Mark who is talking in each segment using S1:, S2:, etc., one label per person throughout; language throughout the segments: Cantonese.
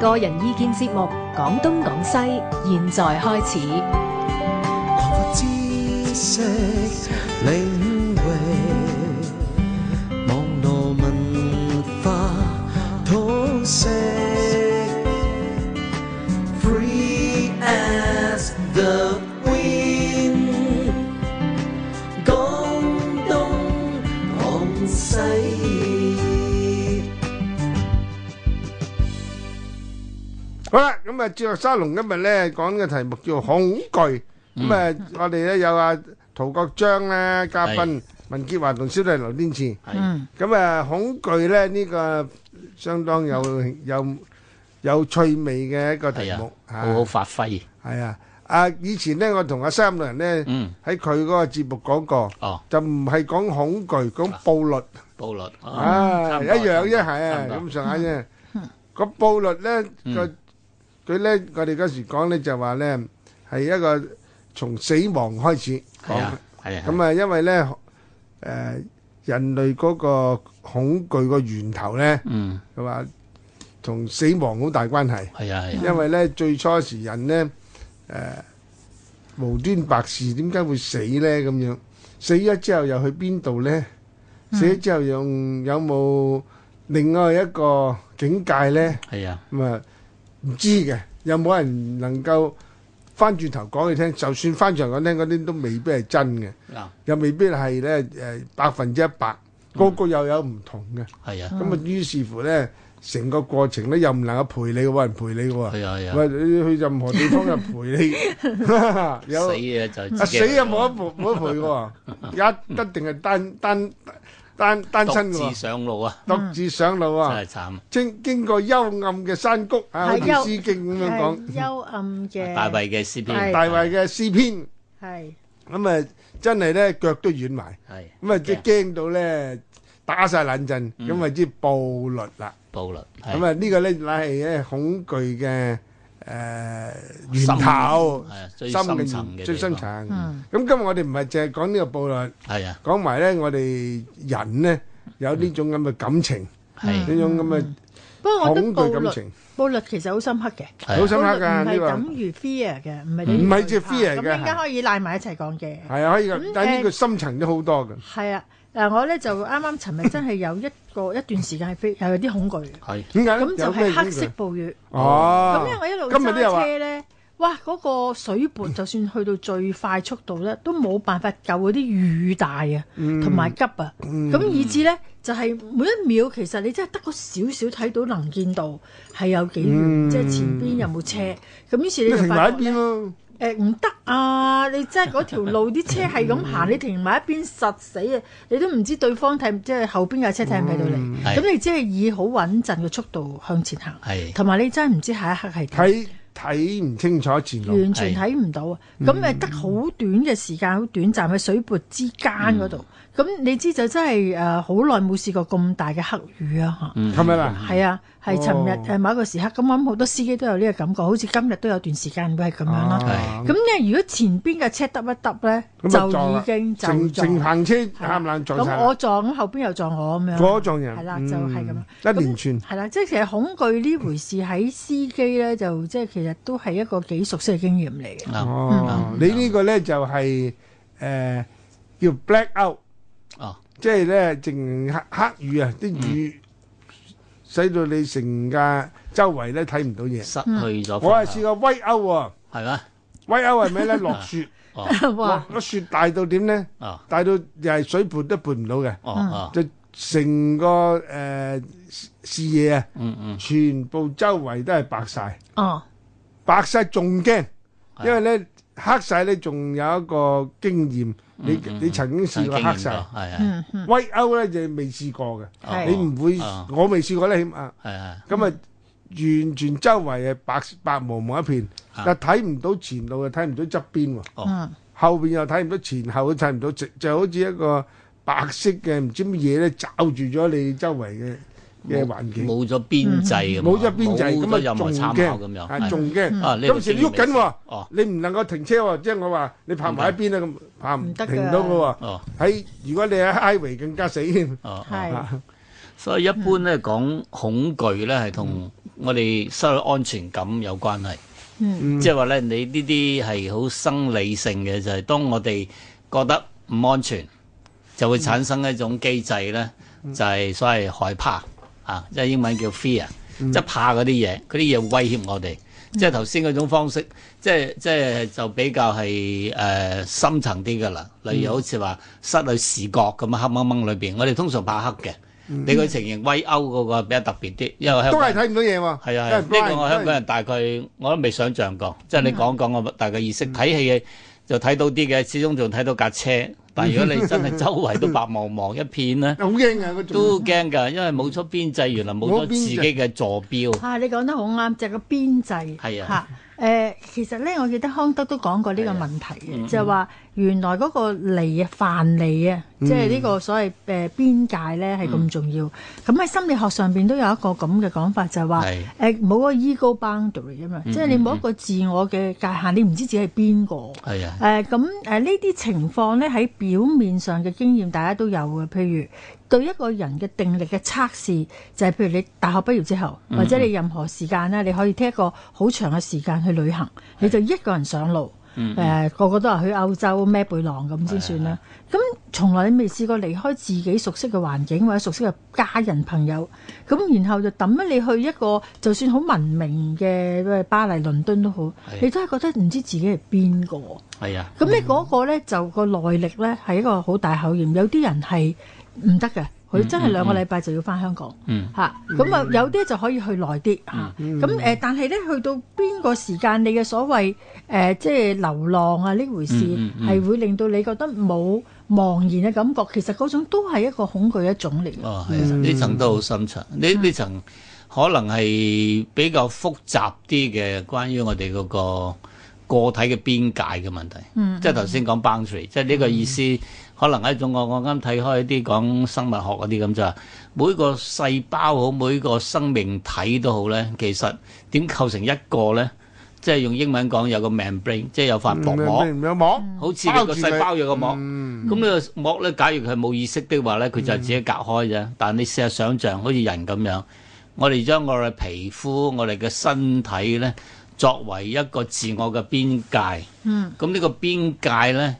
S1: 個人意見節目《廣東廣西》，現在開始。
S2: 擴闊知識領域，網絡文化通識，free as the wind。廣東廣西。
S3: 好啦，咁啊，哲學沙龍今日咧講嘅題目叫恐懼。咁啊，我哋咧有啊陶國章咧嘉賓，文潔華同小弟劉天賜。咁啊，恐懼咧呢個相當有有有趣味嘅一個題目。
S4: 好好發揮。
S3: 係啊，啊以前咧我同阿三個人咧
S4: 嗯，
S3: 喺佢嗰個節目講過，
S4: 哦，
S3: 就唔係講恐懼，講暴率。
S4: 暴率。哦
S3: 啊，
S4: 差唔
S3: 一
S4: 多
S3: 樣啫，係
S4: 差
S3: 啊，
S4: 唔多
S3: 咁上下啫。個暴率咧，
S4: 嗯
S3: 個佢咧，我哋嗰時講咧就話咧係一個從死亡開始
S4: 係
S3: 講
S4: 啊，，係啊。
S3: 咁啊，因為咧誒人類嗰個恐懼個源頭咧，
S4: 嗯，
S3: 佢話同死亡好大關係，
S4: 係啊，係啊。
S3: 因為咧最初時人咧誒無端白事，點解會死咧？咁樣死咗之後又去邊度咧？死咗之後用有冇另外一個境界咧？
S4: 係啊，
S3: 咁啊唔知嘅，有冇人能夠翻轉頭講你聽？就算翻轉頭講聽嗰啲都未必係真嘅，
S4: 嗱，
S3: 又未必係咧誒百分之一百，個個又有唔同嘅。
S4: 係啊，
S3: 咁啊，於是乎咧，成個過程咧又唔能夠陪你嘅喎，冇人陪你嘅喎。
S4: 係啊，係啊。
S3: 喂，你去任何地方又陪 你，有
S4: 死嘅就
S3: 啊
S4: 自己
S3: 死又冇得陪冇得陪 嘅喎，一一定係單單單單身
S4: 獨
S3: 嘅
S4: 自
S3: 喎，
S4: 上路啊，
S3: 獨自上路
S4: 真
S3: 啊
S4: 係！慘。
S3: 經經過幽暗嘅山谷啊，好似
S5: 係幽
S3: 《詩經》咁樣講，
S5: 係幽暗嘅，
S4: 大衛嘅詩篇，
S5: 係
S3: 大衛嘅詩篇
S5: 係，
S3: 咁啊，真係咧腳都軟埋，
S4: 係
S3: 咁啊即係驚到咧打晒冷震，
S4: 嗯
S3: 咁啊知暴律啦，
S4: 暴力。係
S3: 咁啊呢個咧乃係咧恐懼嘅誒源頭，
S4: 係啊最
S3: 心
S4: 深
S3: 嘅
S4: 層
S3: 源
S4: 嘅
S3: 最深
S4: 地方
S3: 層。
S5: 嗯
S3: 咁今日我哋唔係淨係講呢個暴律，
S4: 係啊，
S3: 講埋咧我哋人咧有呢種咁嘅感情，呢
S4: 係
S3: 種咁嘅
S5: 不過我覺得
S3: 恐懼
S5: 暴律-
S3: 感情，
S5: 暴律其實好深刻嘅，
S3: 好
S4: 係啊
S3: 深刻㗎呢
S5: 暴律唔係
S3: 個。嗯
S5: 等於fear嘅，唔係等於
S3: 唔係隻
S5: 懼怕，
S3: fear嚟嘅，
S5: 咁應該
S3: 係。
S5: 可以賴埋一齊講嘅。
S3: 係啊，可以
S5: 咁
S3: 咁，但係呢
S5: 誒
S3: 個深層都好多嘅。
S5: 係啊，嗱，我呢就啱啱尋日真係有一個-一段時間係非-係有啲恐懼嘅，
S4: 係
S3: 點解咧？ 有咩影響？
S5: 咁就係黑色暴雨，
S3: 哦，
S5: 咁因為我一路
S3: 今日都有啊。
S5: 揸車呢，哇，嗰個水撥就算去到最快速度呢，都冇辦法救嗰啲雨大啊，
S3: 嗯，
S5: 同埋急啊，
S3: 嗯，
S5: 咁以至咧就係每一秒其實你真係得個少少睇到能見度係有幾遠，
S3: 嗯
S5: 即係前邊有冇車。咁於是
S3: 你
S5: 你就
S3: 停
S5: 發
S3: 埋一
S5: 覺
S3: 邊咯。
S5: 誒唔得啊！你真係嗰條路啲車係咁行，你停埋一邊實死啊！你都唔知對方睇唔即係後邊架車睇唔睇到
S3: 嗯
S5: 你。
S4: 係
S5: 咁你只係以好穩陣嘅速度向前行，
S4: 係
S5: 同埋你真係唔知下一刻係點。
S3: 睇睇唔清楚前路，
S5: 完全睇唔到啊！咁
S3: 嗯
S5: 誒得好短嘅時間，好短暫嘅水撥之間嗰度，
S3: 嗯
S5: 咁、你知就真係誒好耐冇試過咁大嘅黑雨啊嚇！
S4: Ừ.
S3: 係咪啦？
S5: 係啊，係尋
S3: 嗯哦
S5: 日誒某一個時刻，咁我諗好多司機都有呢個感覺，好似今日都有段時間會係咁樣啦。
S3: 啊
S5: 咁咧，如果前邊嘅車揼一揼咧，
S3: 咁就撞啊啦
S5: 就已經就
S3: 成成
S5: 撞。
S3: 行車
S5: 係啊
S3: 啱冷撞晒
S5: 咁
S3: 啦，
S5: 我撞，咁後邊又撞我咁樣。
S3: 嗰撞人
S5: 係啦，就係咁樣。
S3: 樣一連串
S5: 咁係啦，即係其實恐懼呢回事喺司機咧，就即係其實都係一個幾熟悉嘅經驗嚟嘅。
S4: 啱
S3: 哦。你呢個咧就係誒叫 black out，
S4: 哦，
S3: 即係咧淨黑黑雨啊，啲雨使到你成架周圍咧睇唔到嘢。
S4: 失去咗方向。
S3: 我係試過威歐喎，
S4: 係咩？
S3: 威歐係咩咧？落雪，
S4: 哦
S3: 落
S5: 哇！
S3: 個雪大到點咧？
S4: 哦
S3: 大到又係水盤都盤唔到嘅。
S4: 哦哦，
S3: 就成個誒、呃視視野啊，
S4: 嗯嗯，
S3: 全部周圍都係白晒，
S5: 哦，
S3: 白晒仲驚，
S4: 係啊
S3: 因為咧黑晒咧仲有一個經驗，
S4: 嗯
S3: 你你曾經試過黑晒，
S4: 晒，係係
S5: 嗯嗯，
S3: 威歐咧就未試過嘅，
S4: 哦
S3: 你唔會，
S4: 哦嗯
S3: 我未試過咧，起碼
S4: 係係
S3: 咁啊。完全周圍係白白茫茫一片，
S4: 啊
S3: 但睇唔到前路又睇唔到側邊喎，
S4: 哦
S3: 後邊又睇唔到前後，睇唔到直，就好似一個白色嘅唔知乜嘢咧，罩住咗你周圍嘅嘅環境。嗯
S4: 冇咗邊際咁啊，
S3: 冇咗邊際，
S4: 冇咗
S3: 咁啊
S4: 任何
S3: 仲
S4: 參考咁
S3: 驚，
S4: 樣，
S3: 啊
S4: 係
S3: 仲驚。
S4: 啊，呢個
S3: 今時
S4: 經驗
S3: 喐緊喎
S4: 哦
S3: 你唔能夠停車喎，即係我話你泊埋一邊啦，啊咁泊唔
S5: 唔得㗎
S3: 停到嘅喎。
S4: 哦
S3: 喺如果你喺 highway 更加死添。
S4: 哦哦。
S5: 係
S3: 啊
S4: 所以一般咧講恐懼咧係同我哋失去安全感有關係。
S5: 嗯
S4: 即係話咧，你呢啲係好生理性嘅，就係、當我哋覺得唔安全，就會產生一種機制咧，就係、所謂害怕啊，即係英文叫 fear，、即係怕嗰啲嘢，嗰啲嘢會威脅我哋。即係頭先嗰種方式，即係即係就比較係誒、呃深層啲㗎啦。例如好似話失去視覺咁啊，黑掹掹裏邊，我哋通常怕黑嘅。你個情形威歐嗰個比較特別啲，因為香
S3: 都係
S4: 港人
S3: 睇唔到嘢喎。
S4: 係
S3: 都
S4: 啊，呢
S3: 係
S4: 個
S3: blind，
S4: 我香港
S3: 都係，
S4: 人大概我都未想像過，即係你講講我大概意識睇戲嘅就睇到啲嘅，始終仲睇到架車。但係如果你真係周圍都白茫茫一片咧
S3: 好驚啊！嗰種
S4: 都驚㗎，因為冇咗邊際，原來冇咗
S3: 冇邊際
S4: 自己嘅坐標。
S5: 啊，你講得好啱，就係個邊際
S4: 係啊啊
S5: 嚇誒、其實咧，我記得康德都講過呢個問題
S4: 嗯
S5: 嘅，就係話原來嗰個離啊、藩離啊，
S4: 嗯
S5: 即係呢個所謂誒、邊界咧係咁重要。咁喺、心理學上邊都有一個咁嘅講法，就係話
S4: 係嗯
S5: 誒冇個 ego boundary 啊嘛，即係你冇一個自我嘅界限，你唔知自己係邊個。
S4: 係啊，
S5: 誒咁誒呢啲情況咧喺表面上嘅經驗大家都有嘅，譬如對一個人嘅定力嘅測試，就係、譬如你大學畢業之後，
S4: 嗯
S5: 或者你任何時間咧，你可以 take 一個好長嘅時間去旅行，
S4: 嗯
S5: 你就一個人上路。誒、個個都話去歐洲孭背囊咁先算啦。咁從來你未試過離開自己熟悉嘅環境或者熟悉嘅家人朋友，咁然後就抌咗你去一個就算好文明嘅誒巴黎、倫敦都好，
S4: 係
S5: 你都係覺得唔知自己係邊個。
S4: 係啊，
S5: 咁你嗰個咧就個耐力咧係一個好大考驗，有啲人係唔得嘅，佢真係兩個禮拜就要翻香港
S4: 嗯
S5: 嚇。咁啊有啲就可以去耐啲嚇。咁誒，但係咧去到邊個時間，你嘅所謂誒即係流浪啊呢回事
S4: 嗯嗯嗯
S5: 係會令到你覺得冇茫然嘅感覺，其實嗰種都係一個恐懼一種嚟嘅。
S4: 哦，係啊，呢層都好深層。呢
S5: 嗯
S4: 呢層可能係比較複雜啲嘅，關於我哋嗰個個體嘅邊界嘅問題。
S5: 嗯
S4: 即係頭先講 boundary，即係呢個意思，可能係一種我我啱睇開一啲講生物學嗰啲咁就話，每個細胞好，每個生命體都好咧，其實點構成一個咧？即係用英文講有個 membrane，即係有塊薄膜，
S3: 嗯有膜，
S4: 好似你個細胞有個膜。
S3: 嗯
S4: 咁呢個膜咧，假如佢冇意識的話咧，佢就自己隔開啫。但你試下想像，好似人咁樣，我哋將我哋皮膚、我哋嘅身體咧，作為一個自我嘅邊界。
S5: 嗯，
S4: 咁呢個邊界咧，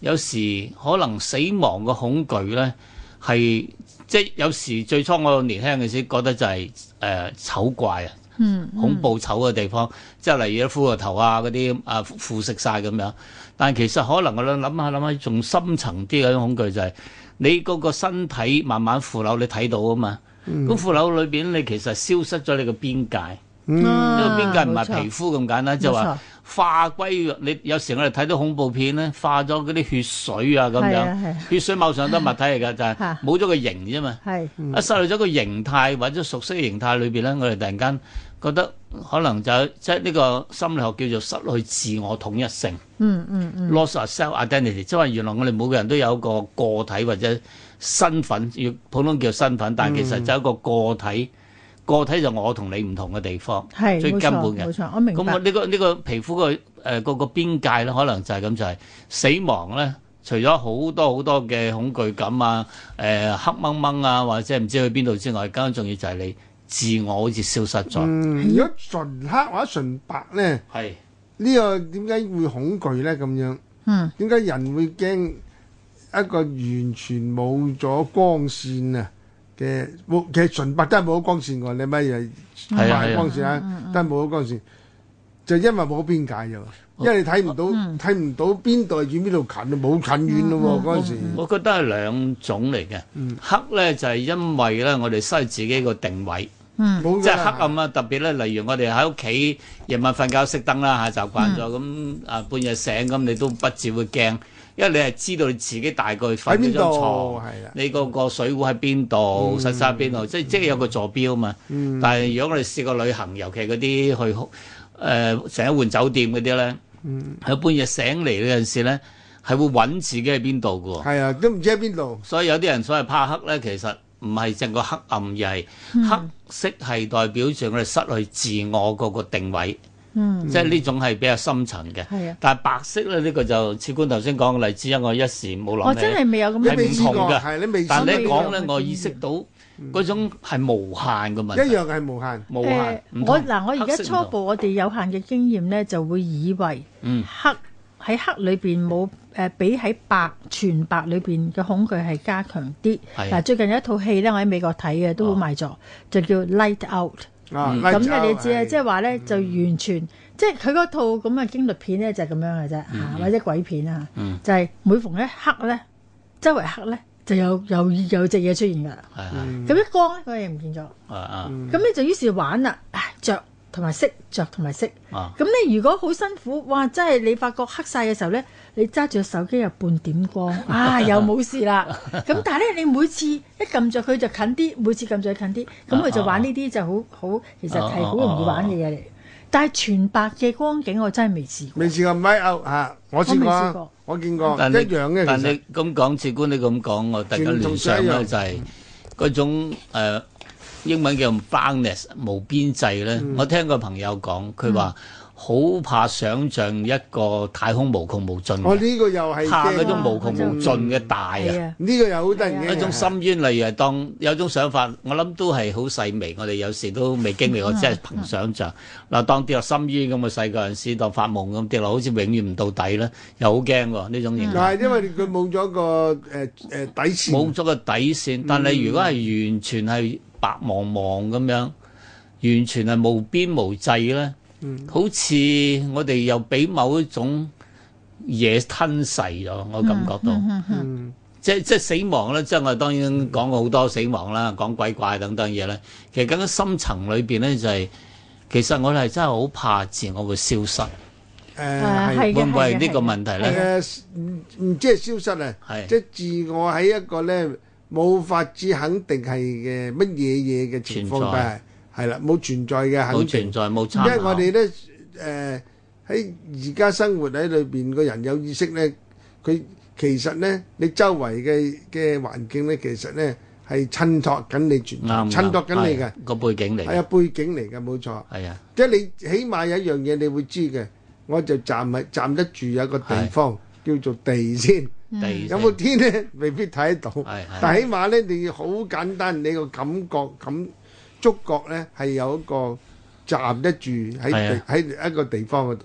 S4: 有時可能死亡嘅恐懼咧，係即係有時最初我年輕嘅時覺得就係、誒、醜怪啊。
S5: 嗯，
S4: 恐怖醜嘅地方，即係例如啲骷髏頭啊嗰啲啊腐腐蝕晒咁樣。但係其實可能我諗下諗下，仲深層啲嘅恐懼就係、你嗰個身體慢慢腐朽，你睇到啊嘛。
S5: 嗯
S4: 咁腐朽裏邊，你其實消失咗你個邊
S5: 啊
S4: 界。呢
S5: 呢
S4: 個邊界唔係皮膚咁簡單，就話化歸你有時我哋睇到恐怖片咧，化咗嗰啲血水啊咁
S5: 係啊係
S4: 樣
S5: 啊，
S4: 血水某上都係物體嚟㗎，就係
S5: 嚇嗯
S4: 冇咗個形啫嘛。
S5: 係
S4: 一失去咗個形態或者熟悉嘅形態裏邊咧，我哋突然間覺得可能就即係呢個心理學叫做失去自我統一性、
S5: 嗯嗯嗯
S4: l o s s of self identity），即係話原來我哋每個人都有一個個體或者身份，要普通叫身份，但係其
S5: 嗯
S4: 實就係一個個體。個體就我同你唔同嘅地方，
S5: 係
S4: 最
S5: 冇
S4: 根本
S5: 錯
S4: 嘅
S5: 冇。錯，我明
S4: 咁
S5: 白
S4: 我。呢個呢個皮膚個誒個個邊界咧，可能就係咁就係死亡咧。除咗好多好多嘅恐懼感啊，誒、黑掹掹啊，或者唔知去邊度之外，更加重要就係你自我好似消失咗，
S3: 嗯如果純黑或者純白咧，
S4: 係
S3: 呢個點解會恐懼咧？咁樣
S5: 嗯
S3: 點解人會驚一個完全冇咗光線啊嘅冇？其實純白都係冇咗光線㗎，你咪係
S4: 係啊
S3: 白光線
S5: 嗯
S3: 啊，都係冇咗光線。就因為冇咗邊界啫喎，
S5: 嗯
S3: 因為你睇唔到睇唔到邊度係遠邊度近，冇近遠
S5: 嗯
S3: 咯喎嗰陣時。
S4: 我覺得係兩種嚟嘅。黑咧就係因為咧，我哋失去自己個定位。
S5: 嗯
S3: 冇㗎
S4: 即係黑暗啊！特別咧，例如我哋喺屋企夜晚瞓覺熄燈啦嚇，習慣咗
S3: 嗯
S4: 咁啊，半夜醒咁你都不至會驚，因為你係知道你自己大概瞓
S3: 喺邊度係
S4: 咗張
S3: 嗯
S4: 床
S3: 啦，
S4: 你個個水壺喺邊度，實沙邊度，即係即係有個坐標嘛。
S3: 嗯
S4: 但係如果我哋試過旅行，尤其嗰啲去誒成日換酒店嗰啲咧，
S3: 嗯
S4: 喺半夜醒嚟嗰陣時咧，係會揾自己喺邊度嘅喎。
S3: 係啊，都唔知喺邊度。
S4: 所以有啲人所謂怕黑咧，其實唔係淨個黑
S5: 嗯
S4: 暗，而係黑色係代表住我哋失去自我嗰個定位。
S5: 嗯
S4: 即係呢種係比較深層嘅。
S5: 係啊
S4: 但係白色咧，呢、個就似官頭先講嘅例子，因為我一時冇諗
S5: 我
S4: 起。
S5: 真係未有咁
S3: 你
S5: 樣
S3: 未
S4: 係
S3: 試
S4: 唔同
S3: 過，
S4: 㗎
S3: 係你未試
S4: 但係
S5: 係
S4: 你
S5: 呢
S3: 過，
S4: 講咧，我意識到
S5: 嗯
S4: 嗰種係無限嘅問
S3: 一
S4: 題，
S3: 樣係無限。
S4: 無
S5: 誒
S4: 限。唔
S5: 我
S4: 同
S5: 嗱，我而
S4: 黑
S5: 家
S4: 色唔
S5: 初
S4: 同
S5: 步我哋有限嘅經驗咧，就會以為
S4: 嗯
S5: 黑喺黑裏邊冇誒，比喺白全白裏邊嘅恐懼係加強啲。
S4: 係啊哦
S5: 嗱，最近有一套戲咧，我喺美國睇嘅，都好賣座，就叫《Light Out》。
S3: 啊，
S4: 嗯
S5: 咁
S3: 例子
S5: 咧你知啊，
S3: 係
S5: 即係話咧就完全，即係佢嗰套咁嘅驚慄片咧就係咁樣嘅啫
S4: 嗯
S5: 嚇，或者鬼片啊，就係每逢一黑咧，周圍黑咧就有有有隻嘢出現㗎啦。
S4: 係係
S5: 咁一光咧，嗰樣嘢唔見咗。
S4: 啊啊
S5: 咁你就於是玩啦，唉着同埋識，着同埋識。
S4: 啊！
S5: 咁你如果好辛苦，哇！真係你發覺黑晒嘅時候咧，你揸住個手機有半 點光，啊，又冇事啦。咁但係咧，你每次一撳着佢就近啲，每次撳着佢近啲，
S4: 啊
S5: 咁佢就玩呢啲就好好，其實係好容易玩嘅嘢嚟。但係全白嘅光景我真係未試過
S4: 嗯
S3: 未，試過 m i out 嚇，我試過
S5: 我未試
S3: 啊
S5: 過，
S3: 我見過一
S4: 但你
S3: 樣嘅
S4: 但
S3: 其實。
S4: 你咁講，次官你咁講，我突然間聯想咧
S3: 全同
S4: 就係嗰種、呃、英文叫 boundless 無邊際咧。
S3: 嗯
S4: 我聽個朋友講，佢話好怕想像一個太空無窮無盡
S3: 我
S4: 嘅，
S3: 哦呢個又係
S4: 嗯
S3: 啊
S4: 怕
S3: 嘅
S4: 嗰種無窮無盡嘅大啊！
S5: 係啊，
S3: 呢個又好得人
S5: 係
S3: 驚
S5: 啊
S3: 嘅
S4: 一種深淵，例如係當有種想法，我諗都係好細微，我哋有時都未經歷過，即係憑想像。嗱，當跌落深淵咁嘅細個陣時，當發夢咁跌落，好似永遠唔到底咧，又好驚喎呢種形態。
S3: 嗱，因為佢冇咗個誒誒底線，
S4: 冇咗個底線，但係如果
S3: 嗯
S4: 係完全係白茫茫咁樣，完全係無邊無際咧，
S3: 嗯
S4: 好似我哋又俾某一種嘢吞噬咗，我感覺到。
S3: 嗯
S4: 即即死亡咧，即係我哋當然講過好多死亡啦，講鬼怪等等嘢咧。其實更加深層裏邊咧，就係、其實我哋係真係好怕自我會消失，
S3: 誒
S5: 啊
S3: 呃係
S5: 係嘅
S4: 會唔會係呢個問題咧？
S3: 誒唔唔即係消失啊，
S4: 係
S3: 即係自我喺一個咧冇法子肯定係嘅乜嘢嘢嘅情況
S4: 存
S3: 底
S4: 在
S3: 下，係啦，冇存在嘅肯
S4: 冇存
S3: 定，
S4: 在冇
S3: 因
S4: 參
S3: 為
S4: 考
S3: 我，哋咧誒喺而家生活喺裏邊個人有意識咧，佢其實咧你周圍嘅嘅環境咧，其實咧係襯托緊你存在，
S4: 啱
S3: 襯托緊你嘅
S4: 係，個背景嚟
S3: 係啊
S4: 嘅，
S3: 背景嚟嘅，冇錯。
S4: 係啊，
S3: 即係你起碼有一樣嘢你會知嘅，我就站喺站得住有一個地方叫做地先，
S4: 地
S3: 有冇天咧未必睇得到，
S4: 係係
S3: 但起碼咧你好簡單，你個感覺感觸覺咧係有一個站得住喺
S4: 係
S3: 地
S4: 啊嗯
S3: 喺一個地方嗰度。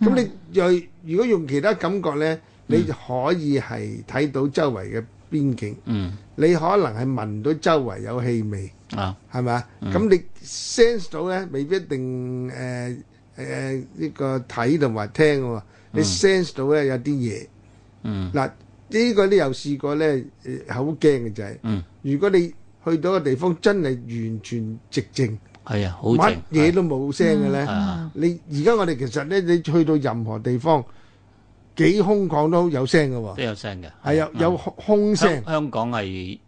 S3: 咁你又如果用其他感覺咧，你可以係睇到周圍嘅邊境，
S4: 嗯
S3: 你可能係聞到周圍有氣味。
S4: 啊
S3: 係咪啊？咁你 sense 到咧，未必一定誒誒呢個睇同埋聽嘅喎。你 sense 到咧有啲嘢
S4: 嗯
S3: 嗱，呢個都有試過咧，誒好驚嘅就係，
S4: 嗯
S3: 如果你去到個地方真係完全寂靜，
S4: 係啊，好
S3: 乜
S4: 靜
S3: 嘢都冇聲嘅咧
S4: 係，啊
S3: 你而家我哋其實咧，你去到任何地方幾空曠都有聲嘅喎，
S4: 都有聲嘅，
S3: 係有有空空聲
S4: 香，香港係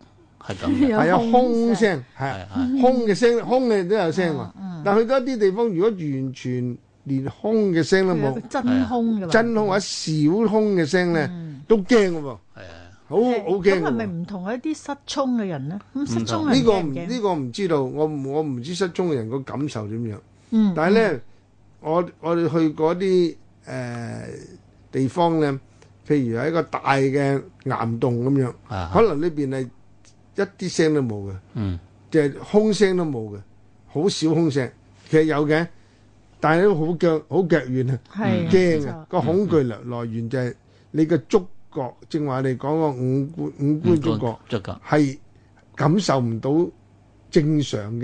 S4: 係咁嘅，
S3: 係有空
S5: 空聲，
S3: 聲，係啊
S4: 係。係
S3: 空嘅聲，空嘅都有聲喎。但去到一啲地方，如果完全連空嘅聲都
S5: 佢有
S3: 冇
S5: 個，真空嘅嘛
S3: 啊真空或者少空嘅聲咧，都驚嘅喎，
S4: 係啊。
S3: 好好驚
S5: 咁
S3: 嘅
S5: 係咪
S3: 喎。
S5: 唔同一啲失聰嘅人咧？咁失
S4: 唔
S5: 聰
S4: 同
S5: 係
S3: 呢個
S5: 驚
S3: 唔
S5: 唔
S3: 呢
S5: 驚？
S3: 個唔知道，我唔我唔知失蹤嘅人個感受點樣。
S5: 嗯
S3: 但係咧，我我哋去嗰啲誒地方咧，譬如喺一個大嘅岩洞咁樣，
S4: 啊
S3: 可能呢邊係一啲聲都冇嘅。
S4: 嗯
S3: 就係空聲都冇嘅，好少空聲。其實有嘅，但係都好腳好腳軟啊，驚
S5: 係嗯冇錯
S3: 啊！個恐懼來來源就係你嘅觸覺，正話你講個五官五官觸覺
S4: 觸覺。
S3: 係感受唔到正常嘅。